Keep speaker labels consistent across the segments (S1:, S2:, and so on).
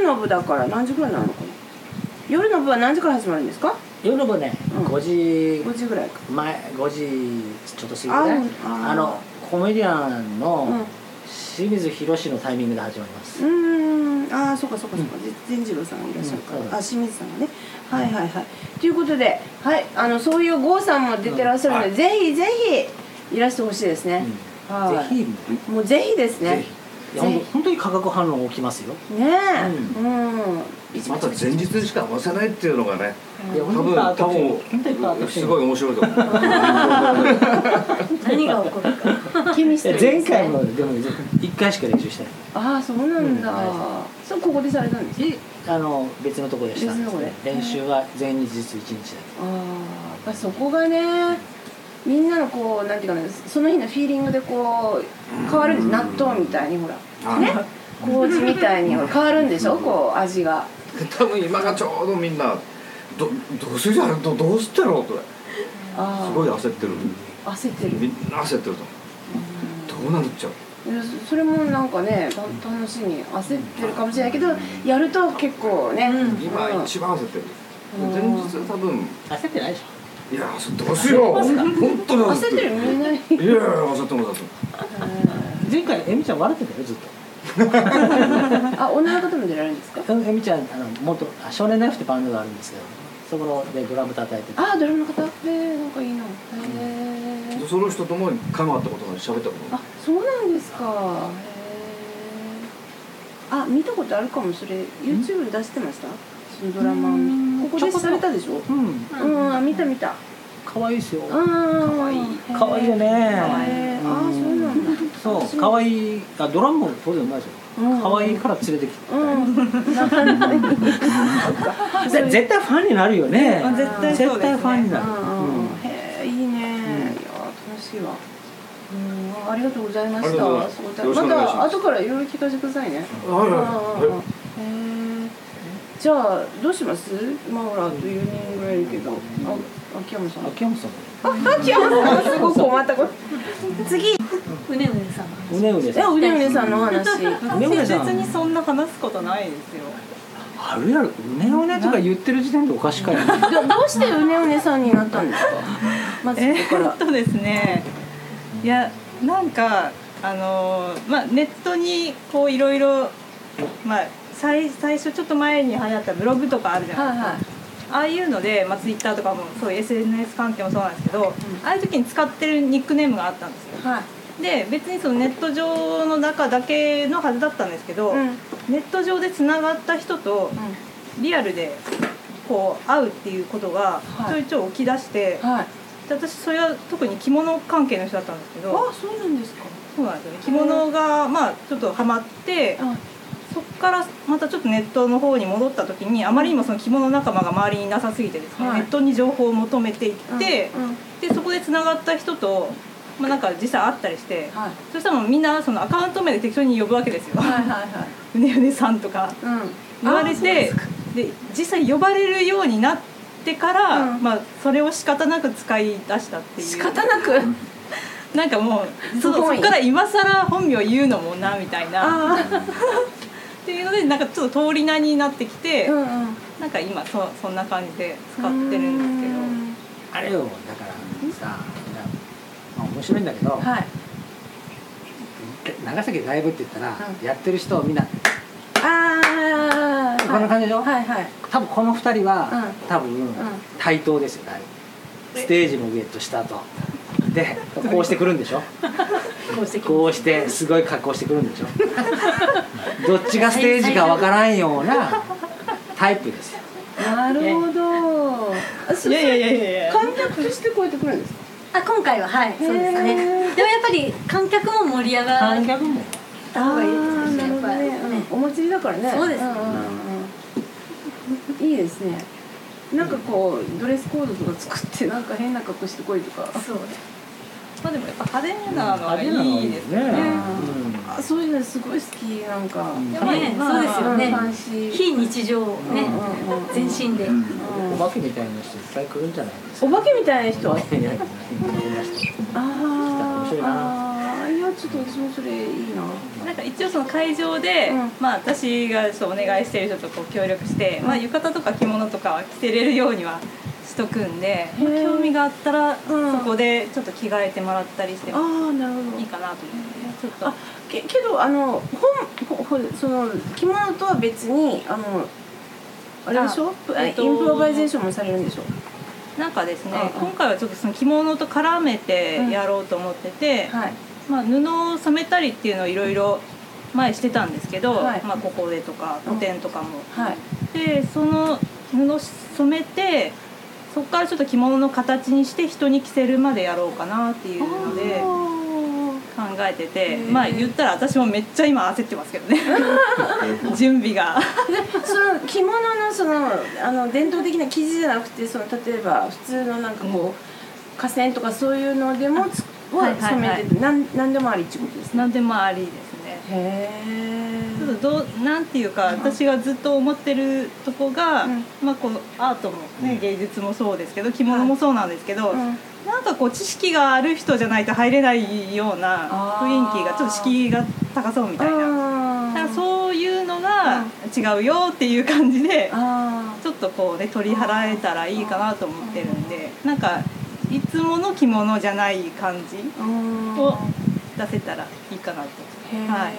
S1: の部だから何時ぐらいなのかな夜の部は何時から始まるんですか
S2: 夜の部ね、
S1: うん
S2: 5時
S1: ?5 時ぐらいか
S2: 前5時ちょっと過ぎてね
S1: あうんあー
S2: あのコメディアン
S1: う
S2: の
S1: ん
S2: 清水宏のタイミングで始まります、
S1: うーんああそうかそうかそうか
S2: う
S1: ぜ善次郎さんがいらっしゃるから、
S2: うん
S1: あ清水さんがねはいはいはいということで、はい、あのそういう郷さんも出てらっしゃるので、
S2: うん
S1: ぜひぜひいらしてほしいですね、はい
S2: ぜひ
S1: もうぜひですね
S3: ぜ
S2: いや本当本当に化学反応起きますよ
S1: ねえ
S2: う
S1: うん、
S3: ひまた前日にしか合わせないっていうのがね
S1: うん
S2: いや
S3: 多分
S2: 本当
S3: 多
S2: に
S3: 分すごい面白いと思う
S4: 何が起こるか気にしてるんで
S2: 前
S4: す、ね、
S2: 回もでも1回しか練習してない
S1: ああそうなんだ、
S2: うんは
S1: そうここでされたんですか
S2: あの別のとこでしたんですけど
S1: 別のとこで
S2: 練習は前日1日だ
S1: ああやっぱそこがねみんなのこうなんていうかなその日のフィーリングでこう変わるんです納豆みたいにほら
S3: あ
S1: ね麹みたいにほら変わるんでしょこう味が
S3: 多分今がちょうどみんなどどうするじゃんどどうすってやろうとす
S1: あー
S3: ごい焦ってる
S1: 焦って
S3: み
S1: る
S3: んな焦ってると思うどうなるっちゃう
S1: うんそそれもなんかねた楽しみ焦ってるかもしれないけどやると結構ね、
S4: うん
S3: 今一番焦ってる
S1: うん
S3: 前日多分
S2: 焦ってないでし
S3: いやーどうしよう本当に
S1: 焦ってるみんなに
S3: いやいや焦ってま
S2: ょ
S3: す焦って
S2: 前回えみちゃん笑ってたよずっ
S1: あ女の方も出られるんですか
S2: とえみちゃんあの元あ少年ナイフってバンドがあるんですけどそこのでドラム叩いてて
S1: あドラムの方へえなんかいいのへえ
S3: ますその人とも一回も会ったことない喋ったこと
S1: あ
S3: ない
S1: そうなんですかへえあ見たことあるかもそれ YouTube に出してましたそのドラマを見
S2: うん
S1: ここでされたでしょ
S2: うん
S1: うんあ見た見た
S2: 可愛いですよ
S1: あー
S2: 可愛い
S1: へー
S2: 可愛いよね
S1: へーあーそうなんだ
S2: そう
S1: 私も
S2: 可愛いあドラムも当然うまいですよ
S1: うん
S2: 可愛いから連れてき
S1: うんなかなかね
S2: た ぜ絶対ファンになるよね
S1: うん絶対
S4: そうですね
S2: 絶対ファンになる
S1: うんうん
S2: う
S1: うん
S2: ん
S1: へえいいね
S2: うん
S1: いやー楽しいわうんありがとうございまし
S3: ありがとうござ
S1: た
S3: います
S1: すごいた
S3: よろしくお
S1: ま
S3: 願いします
S1: た後からいろいろ聞かせてくださいね
S3: はいはいはい
S1: へえじゃあどうしますまあほらあと4人ぐらいいるけどあ秋山さん
S2: 秋山さんもね
S1: 秋山さんがすごく困ったこと次
S4: うねうねさん
S2: うねうね
S1: え
S2: さん
S1: うねうねさんのお話
S2: うねうね
S5: 私
S2: さ
S5: 別
S2: ん
S5: にそんな話すことないですよ
S2: あるやろうねうねとか言ってる時点でおかしかよね
S1: どどうしてうねうねさんになったんですかまず
S5: え
S1: そこか
S5: ー
S1: ら
S5: っとですねいやなんかあのーまあネットにこういろいろまあ最最初ちょっと前に流行ったブログとかあるじゃない
S1: はいはい
S5: ああいうので、まあ、ツイッターとかもそういう SNS 関係もそうなんですけど、ああいう時に使ってるニックネームがあったんですよ
S1: はい
S5: で別にそのネット上の中だけのはずだったんですけど、
S1: うん
S5: ネット上でつながった人とリアルでこう会うっていうこと
S1: は
S5: が
S1: い
S5: ちょいちょい起き出して、
S1: はい
S5: で私それは特に着物関係の人だったんですけど
S1: あそうなんですか
S5: そうなんですよね着物がまあちょっとハマって
S1: あ
S5: そこからまたちょっとネットの方に戻った時にあまりにもその着物仲間が周りになさすぎてですね、
S1: はい
S5: ネットに情報を求めていっ
S1: うん
S5: て、
S1: うん
S5: でそこでつながった人と、まあ、なんか実際会ったりして、
S1: はい
S5: そしたらもうみんなそのアカウント名で適当に呼ぶわけですよ。
S1: はいはいはいう
S5: ねうねさんとか
S1: うん
S5: 言われてで実際呼ばれるようになってから、
S1: うん
S5: まあ、それを仕方なく使い出したっていう
S1: 仕方なく
S5: なんかもうそ
S1: すご
S5: そ
S1: い
S5: っから今更本名言うのもなみたいなっ
S1: あ
S5: ていうのでなんかちょっと通り名になってきて、
S1: ーうんうん
S5: なんか今そそんな感じで使ってるんですけ
S2: あ
S5: ど。
S2: れよだからさまあ面白いんだけど、
S1: はい
S2: 長崎ライブって言ったら、やってる人をみんな
S1: ああ
S2: こんな感じでしょ
S1: はいはい
S2: 多分この2人は、多分、
S1: ん
S2: 対等ですよだいぶステージも上と下とでこうしてくるんでしょこうしてすごい格好してくるんでしょどっちがステージかわからんようなタイプですよ
S1: なるほど。あそ
S5: いやいやいやいやいや
S1: 観客としてこうやってくるんですか。
S4: あ今回ははいそうですね
S1: へー
S4: でもやっぱり観客も盛り上がっ
S2: 観客も
S4: た方がいいですねやっぱり
S1: うん
S4: ね
S1: お祭りだからね。
S4: そうですね
S1: んんうんいいですね。なんかこうドレスコードとか作ってなんか変な格好してこいとか。
S4: そう
S5: まあでもやっぱ派手なの
S2: 派
S5: が
S2: 手なのが
S5: いいです
S2: ね
S5: ね。
S2: うん
S1: あそういうのすごい好きなんか。
S2: うん
S1: ね
S4: ねそうですよ
S1: フ
S4: ね
S1: ァンシー。
S4: 非日常をね
S1: うんうんうん
S4: 全身で
S1: うん
S2: お化けみたいな人いっぱい来るんじゃないですか
S1: お化けみたいな人。あ
S2: いやいやいやいやいやいや
S1: あ
S2: 面白いな
S1: ああいやちょっちょっと私もそれいいな
S5: なんか一応その会場で、
S1: うん
S5: まあ、私がそうお願いしてる人とこう協力して、まあ、浴衣とか着物とかは着てれるようにはしとくんで、まあ
S1: へー
S5: 興味があったら、
S1: うん
S5: そこでちょっと着替えてもらったりしても
S1: ああなるほど
S5: いいかなと思ってちょっと
S1: あけけどあの本ほほその着物とは別にあのあれでしょ
S5: あえっと
S1: インプロバイゼーションもされるんでしょ
S5: なんかですね、
S1: うんうん
S5: 今回はちょっとその着物と絡めてやろうと思ってて、
S1: はい
S5: まあ、布を染めたりっていうのをいろいろ前してたんですけど、
S1: はい
S5: まあ、ここでとか
S1: うん
S5: 個展とかも。
S1: はい
S5: でその布染めてそこからちょっと着物の形にして人に着せるまでやろうかなっていうので考えてて
S1: ー
S5: まあ言ったら私もめっちゃ今焦ってますけど ね準備が
S1: その着物のそのあの伝統的な生地じゃなくてその例えば普通のなんかこう河川とかそういうのでもつ
S5: はい
S1: は
S5: はいはい
S1: 染めててなんなんでもありってことですね
S5: 何でもありですね
S1: へ
S5: ち
S1: え
S5: ょっとどうなんていうか私がずっと思ってるとこが、
S1: うん
S5: まあこのアートも、ね、芸術もそうですけど着物もそうなんですけど、なんかこう知識がある人じゃないと入れないような
S1: あー
S5: 雰囲気がちょっと敷居が高そうみたいな。だからそういうのが違うよっていう感じで
S1: あ
S5: ちょっとこうね取り払えたらいいかなと思ってるんでなんかいつもの着物じゃない感じ
S1: ーうん
S5: を出せたらいいかなと
S1: へえ
S5: はい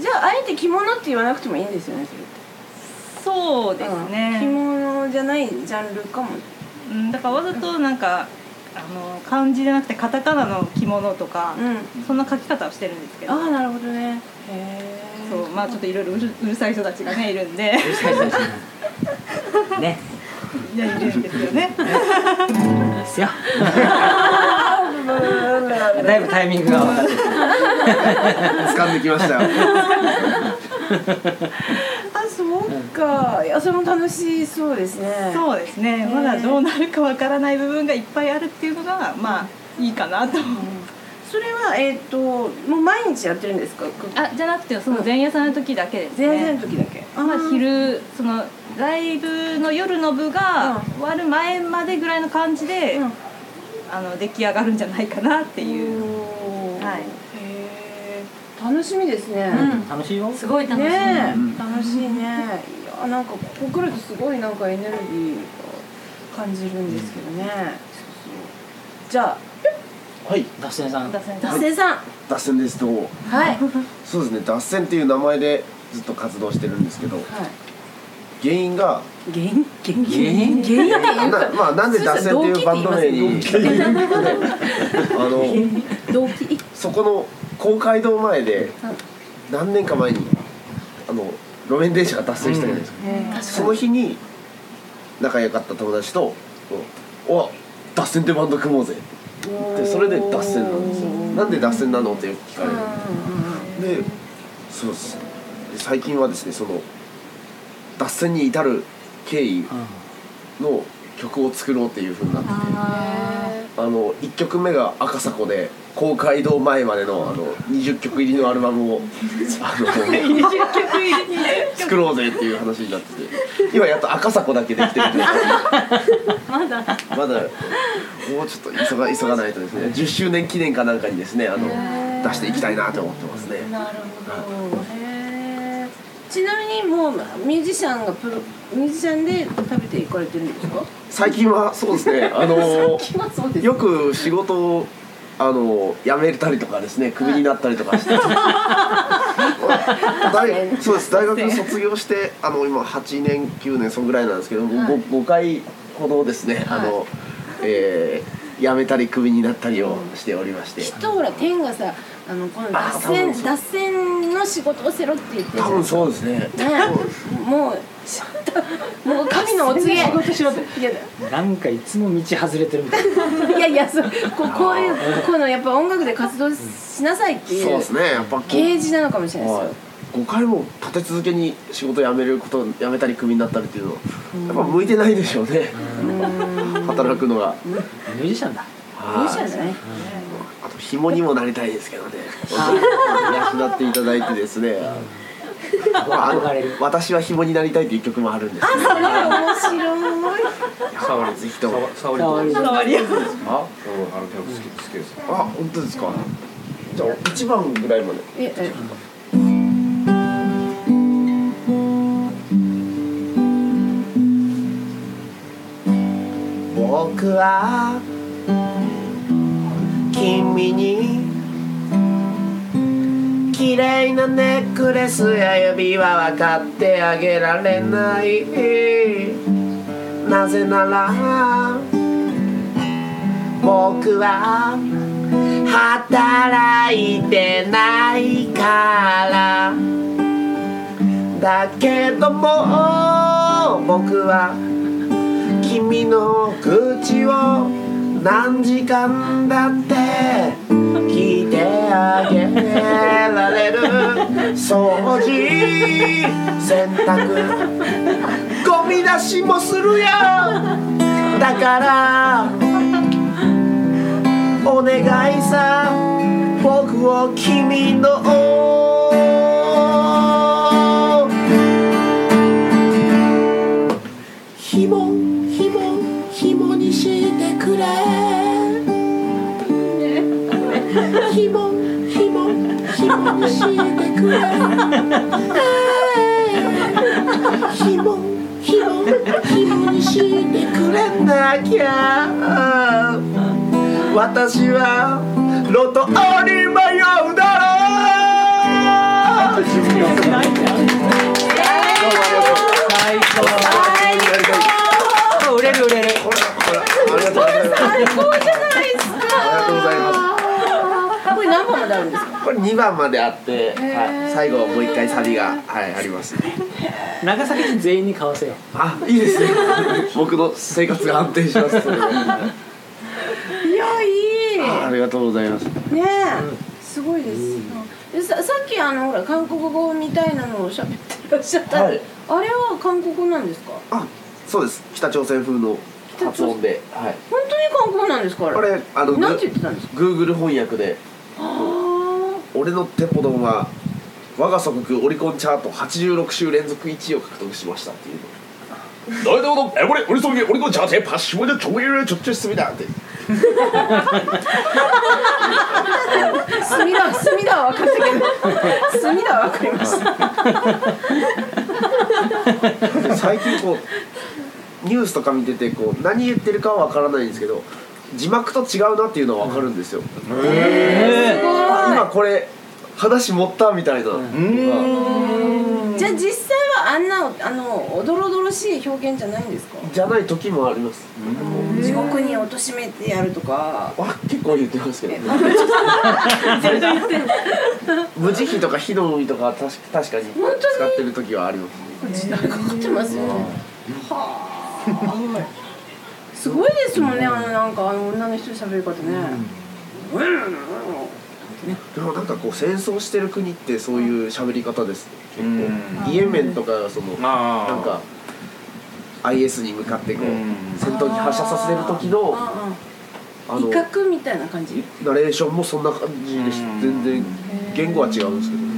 S1: じゃああえて着物って言わなくてもいいんですよねそれって
S5: そうです
S1: うん着
S5: ね、
S1: 物じゃないジャンルかも
S5: うん、だからわざとなんかあの漢字じゃなくてカタカナの着物とか
S1: うん
S5: そんな書き方をしてるんですけ
S1: あ
S5: ど
S1: あなるほどねへえ
S5: そうまあちょっといろいろうるうるさい人たちがねいるんで
S2: うるさい人たちがね
S5: いやいるんですよね
S2: ですよだいぶタイミングが分かってる
S3: 掴んできましたよ。
S1: あそうかいやそれも楽しそうですね
S5: そうですね、まだどうなるかわからない部分がいっぱいあるっていうのがまあいいかなと思う、
S1: それはえっ、ともう毎日やってるんですか
S5: あじゃなくてその前夜祭の時だけですね
S1: 前夜の時だけあ
S5: まあ、昼そのライブの夜の部が終わる前までぐらいの感じで、
S1: うん
S5: あの出来上がるんじゃないかなっていう、
S1: おー
S5: はい
S1: へー楽しみですね、
S4: うん
S2: 楽しいよ
S4: すごい楽しみ、
S1: ねえ、
S3: うん
S1: 楽しいねいやなんかここ来るとすごいなんかエネルギーを感じるんですけどね、そうそうじゃ
S2: はいダステンさん
S5: 出せ
S1: あ
S5: た
S1: 達成さん
S3: 脱線ですと、
S1: はいはい
S3: そうですね。脱線っていう名前でずっと活動してるんですけど、原因が
S1: 原因原因
S2: 原
S1: 原因
S2: 因
S1: っていう
S3: な
S1: か
S3: まあなんで脱線っていうバンド名にあの
S1: 動機
S3: そこの公会堂前で何年か前にあの路面電車が脱線したじゃないですか。その日に仲良かった友達と「お脱線でバンド組もうぜ」でそれで脱線なんですよなんで脱線なのってよく聞かれるでそうですで最近はですねその脱線に至る経緯の曲を作ろうっていうふうになっててあの1曲目が赤坂で公会堂前までのあの20曲入りのアルバ ムをあの作ろうぜっていう話になってて今やっと赤坂だけできてるんですけど まだまだもうちょっと急が急がないとですね10周年記念かなんかにですねあの出していきたいなと思ってますね
S1: なるほどへーちなみにもうミュージシャンがプロミュージシャンで食べていかれてるんですか
S3: 最近はそうですね あのよく仕事をあの辞めたりとかですねクビになったりとか して、大そうです大学卒業してあの今8年9年そんぐらいなんですけど、
S1: はい
S3: 5, 回ほどですね、あの、えー辞めたりクビになったりをしておりまして、
S1: きっとほら天がさあのこの脱
S3: あ多分
S1: 線
S3: そう
S1: 脱線の仕事をせろって言ってる
S3: 多分そうですね
S1: ねもうしもう神のお告げいや
S2: なんかいつも道外れてるみたいない
S1: やいやそうこうこういうこのやっぱ音楽で活動しなさいって
S3: そう
S1: いう
S3: ですねやっぱこう
S1: 啓示なのかもしれないですよ
S3: はい、5回も立て続けに仕事辞めること辞めたりクビになったりっていうのはやっぱ向いてないでしょうね、働くのが、
S2: ミュージシャンだ
S1: ミュ
S3: は
S1: ージシャンじゃない
S3: あと紐にもなりたいですけどね養っていただいてですねまああの
S2: 憧れる
S3: 私は紐になりたいという曲もあるんですけど
S1: 面白い
S6: 沙織
S3: ぜひとも
S6: 沙織
S2: 触り
S6: あ
S2: だ
S5: 触りやす
S6: あ
S5: い
S6: の曲好き好きです
S3: あ本当ですかじゃあ一番ぐらいまで
S1: ええ
S3: 僕は君に綺麗なネックレスや指輪は買ってあげられないなぜなら僕は働いてないからだけども僕は君の口を何時間だって聞いてあげられる掃除洗濯ゴミ出しもするよだからお願いさ僕を君のひもひもひもにしてくれひもひもひもにしてくれひもひもひもにしてくれなきゃ私は路頭に迷うだろう
S2: 最高売れる売れる
S3: ほらほらありがとうございます
S1: 最高じゃないです
S3: ありがとうございます
S1: かこれ何本まであるんですか
S3: これ2番まであって、はい、最後もう一回サビが、はい、あります
S2: 長崎人全員に買わせよう
S3: あいいですね僕の生活が安定しますそれであ
S1: いやいい
S3: ありがとうございます
S1: ねえ、すごいです、でささっきあのほら韓国語みたいなのを喋ってらっしゃった、
S3: はい
S1: あれは韓国なんですか
S3: あそうです北朝鮮風の発音で、はい、
S1: 本当に韓国なんですかあれ
S3: これあの
S1: なんて言ってたんですか
S3: Google 翻訳で
S1: あ
S3: 「俺のテポドンは我が祖国オリコンチャート86週連続1位を獲得しました」っていうの「大統領のエボリオリソンゲオリコンチャートへパッションでちょい入れちょっちょい進みだ」って
S1: あ墨だ墨だは分かったけど墨だは分かりました
S3: 最近こうニュースとか見ててこう何言ってるかは分からないんですけど字幕と違うなっていうのは分かるんですよ、
S2: え
S3: あ今これ話持ったみたい
S1: じ
S3: な、
S1: ゃあ実際はあんなあのおどろおどろしい表現じゃないんですか
S3: じゃない時もあります、
S1: 地獄に貶としめてやるとか
S3: あ結構言ってますけどね無慈悲とか火の海とかは確か確かに
S1: 本当に
S3: 使ってる時はあります
S1: 時代かかってますよねはあすごいですもんねあのなんかあの女の人の喋り方ねうんうんうん
S3: でもなんかこう戦争してる国ってそういう喋り方ですね結構イエメンとかその
S6: あ
S3: なんか IS に向かってこう戦闘機発射させる時の
S1: あ
S3: あ
S1: あ
S3: の
S1: 威嚇みたいな感じ
S3: ナレーションもそんな感じでし
S6: うん
S3: 全然言語は違うんですけどね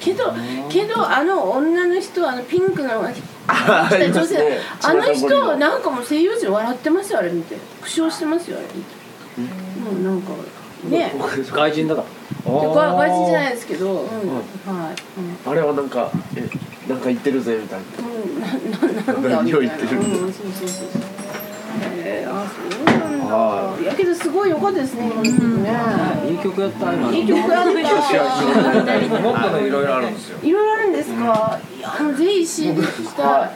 S1: けどけどあの女の人あのピンクの
S3: あ
S1: 北朝鮮、あの人
S3: な
S1: なんかもう声優陣笑ってますよあれ見て苦笑してますよあれ見てもうなんかねえ
S2: 外人だから
S1: 外人じゃないですけど、うんはい、
S3: あれはなんかえなんか言ってるぜみたいな
S1: うん、うん、なななんだみ
S3: 何
S1: た
S3: を
S1: い
S3: 言っ
S1: な、
S3: てる
S1: うん、そうそうそうそうえー、あそうなん
S3: は
S1: だいやけどすごい良かったですね、うん、ね
S2: いい曲やった今
S1: いい曲あった
S6: もっとねいろいろあるんですよ
S1: いろいろあるんですか、いやあのぜひ CD 聞きたい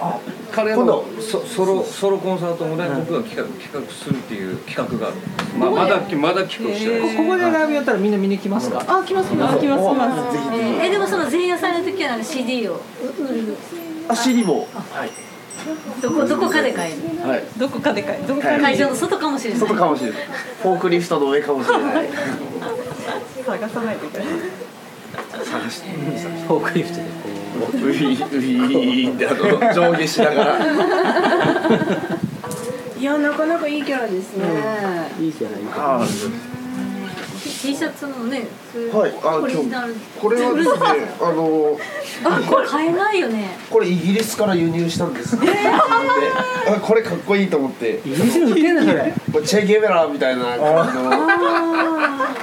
S6: 彼
S3: 今度
S6: のソソロソロコンサートもね僕が企画企画するっていう企画があるんですままだまだ企画してないです
S2: ここでライブやったらみんな見に来ますか
S1: あ来ますね
S5: 来ます来ます
S3: ぜひぜ
S4: えでもその前夜祭の時はなんか CD を
S3: ひあ CD も
S4: どこどこかで買える
S3: はい
S5: どこかでかいどこかで
S4: 会場の外かもしれない
S3: 外かもしれないフォークリフトの上かもしれない
S5: 探さないといけない
S3: 探して
S2: フォークリフトで
S3: ウィーンウィーンってあの上下しながら
S1: いやなかなかいいキャラですね、
S2: いいじゃないか
S3: あ
S4: T シャツもねそういう
S3: はいあ
S4: オリジナル
S3: これはですねあの
S4: あこれ買えないよね
S3: これイギリスから輸入したんですであこれかっこいいと思って
S2: イギリスの売ってんだそれ
S3: チェ・ゲベラみたいな感じの
S6: はい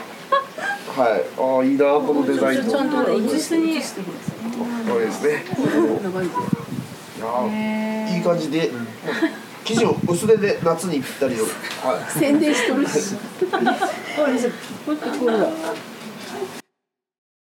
S6: ああいいなこのデザインも
S1: ちゃんとね
S4: 椅子に
S6: これですね
S1: 長い
S6: いやーいい感じで生地を薄手で夏にぴったりのはい
S1: 宣伝しとるし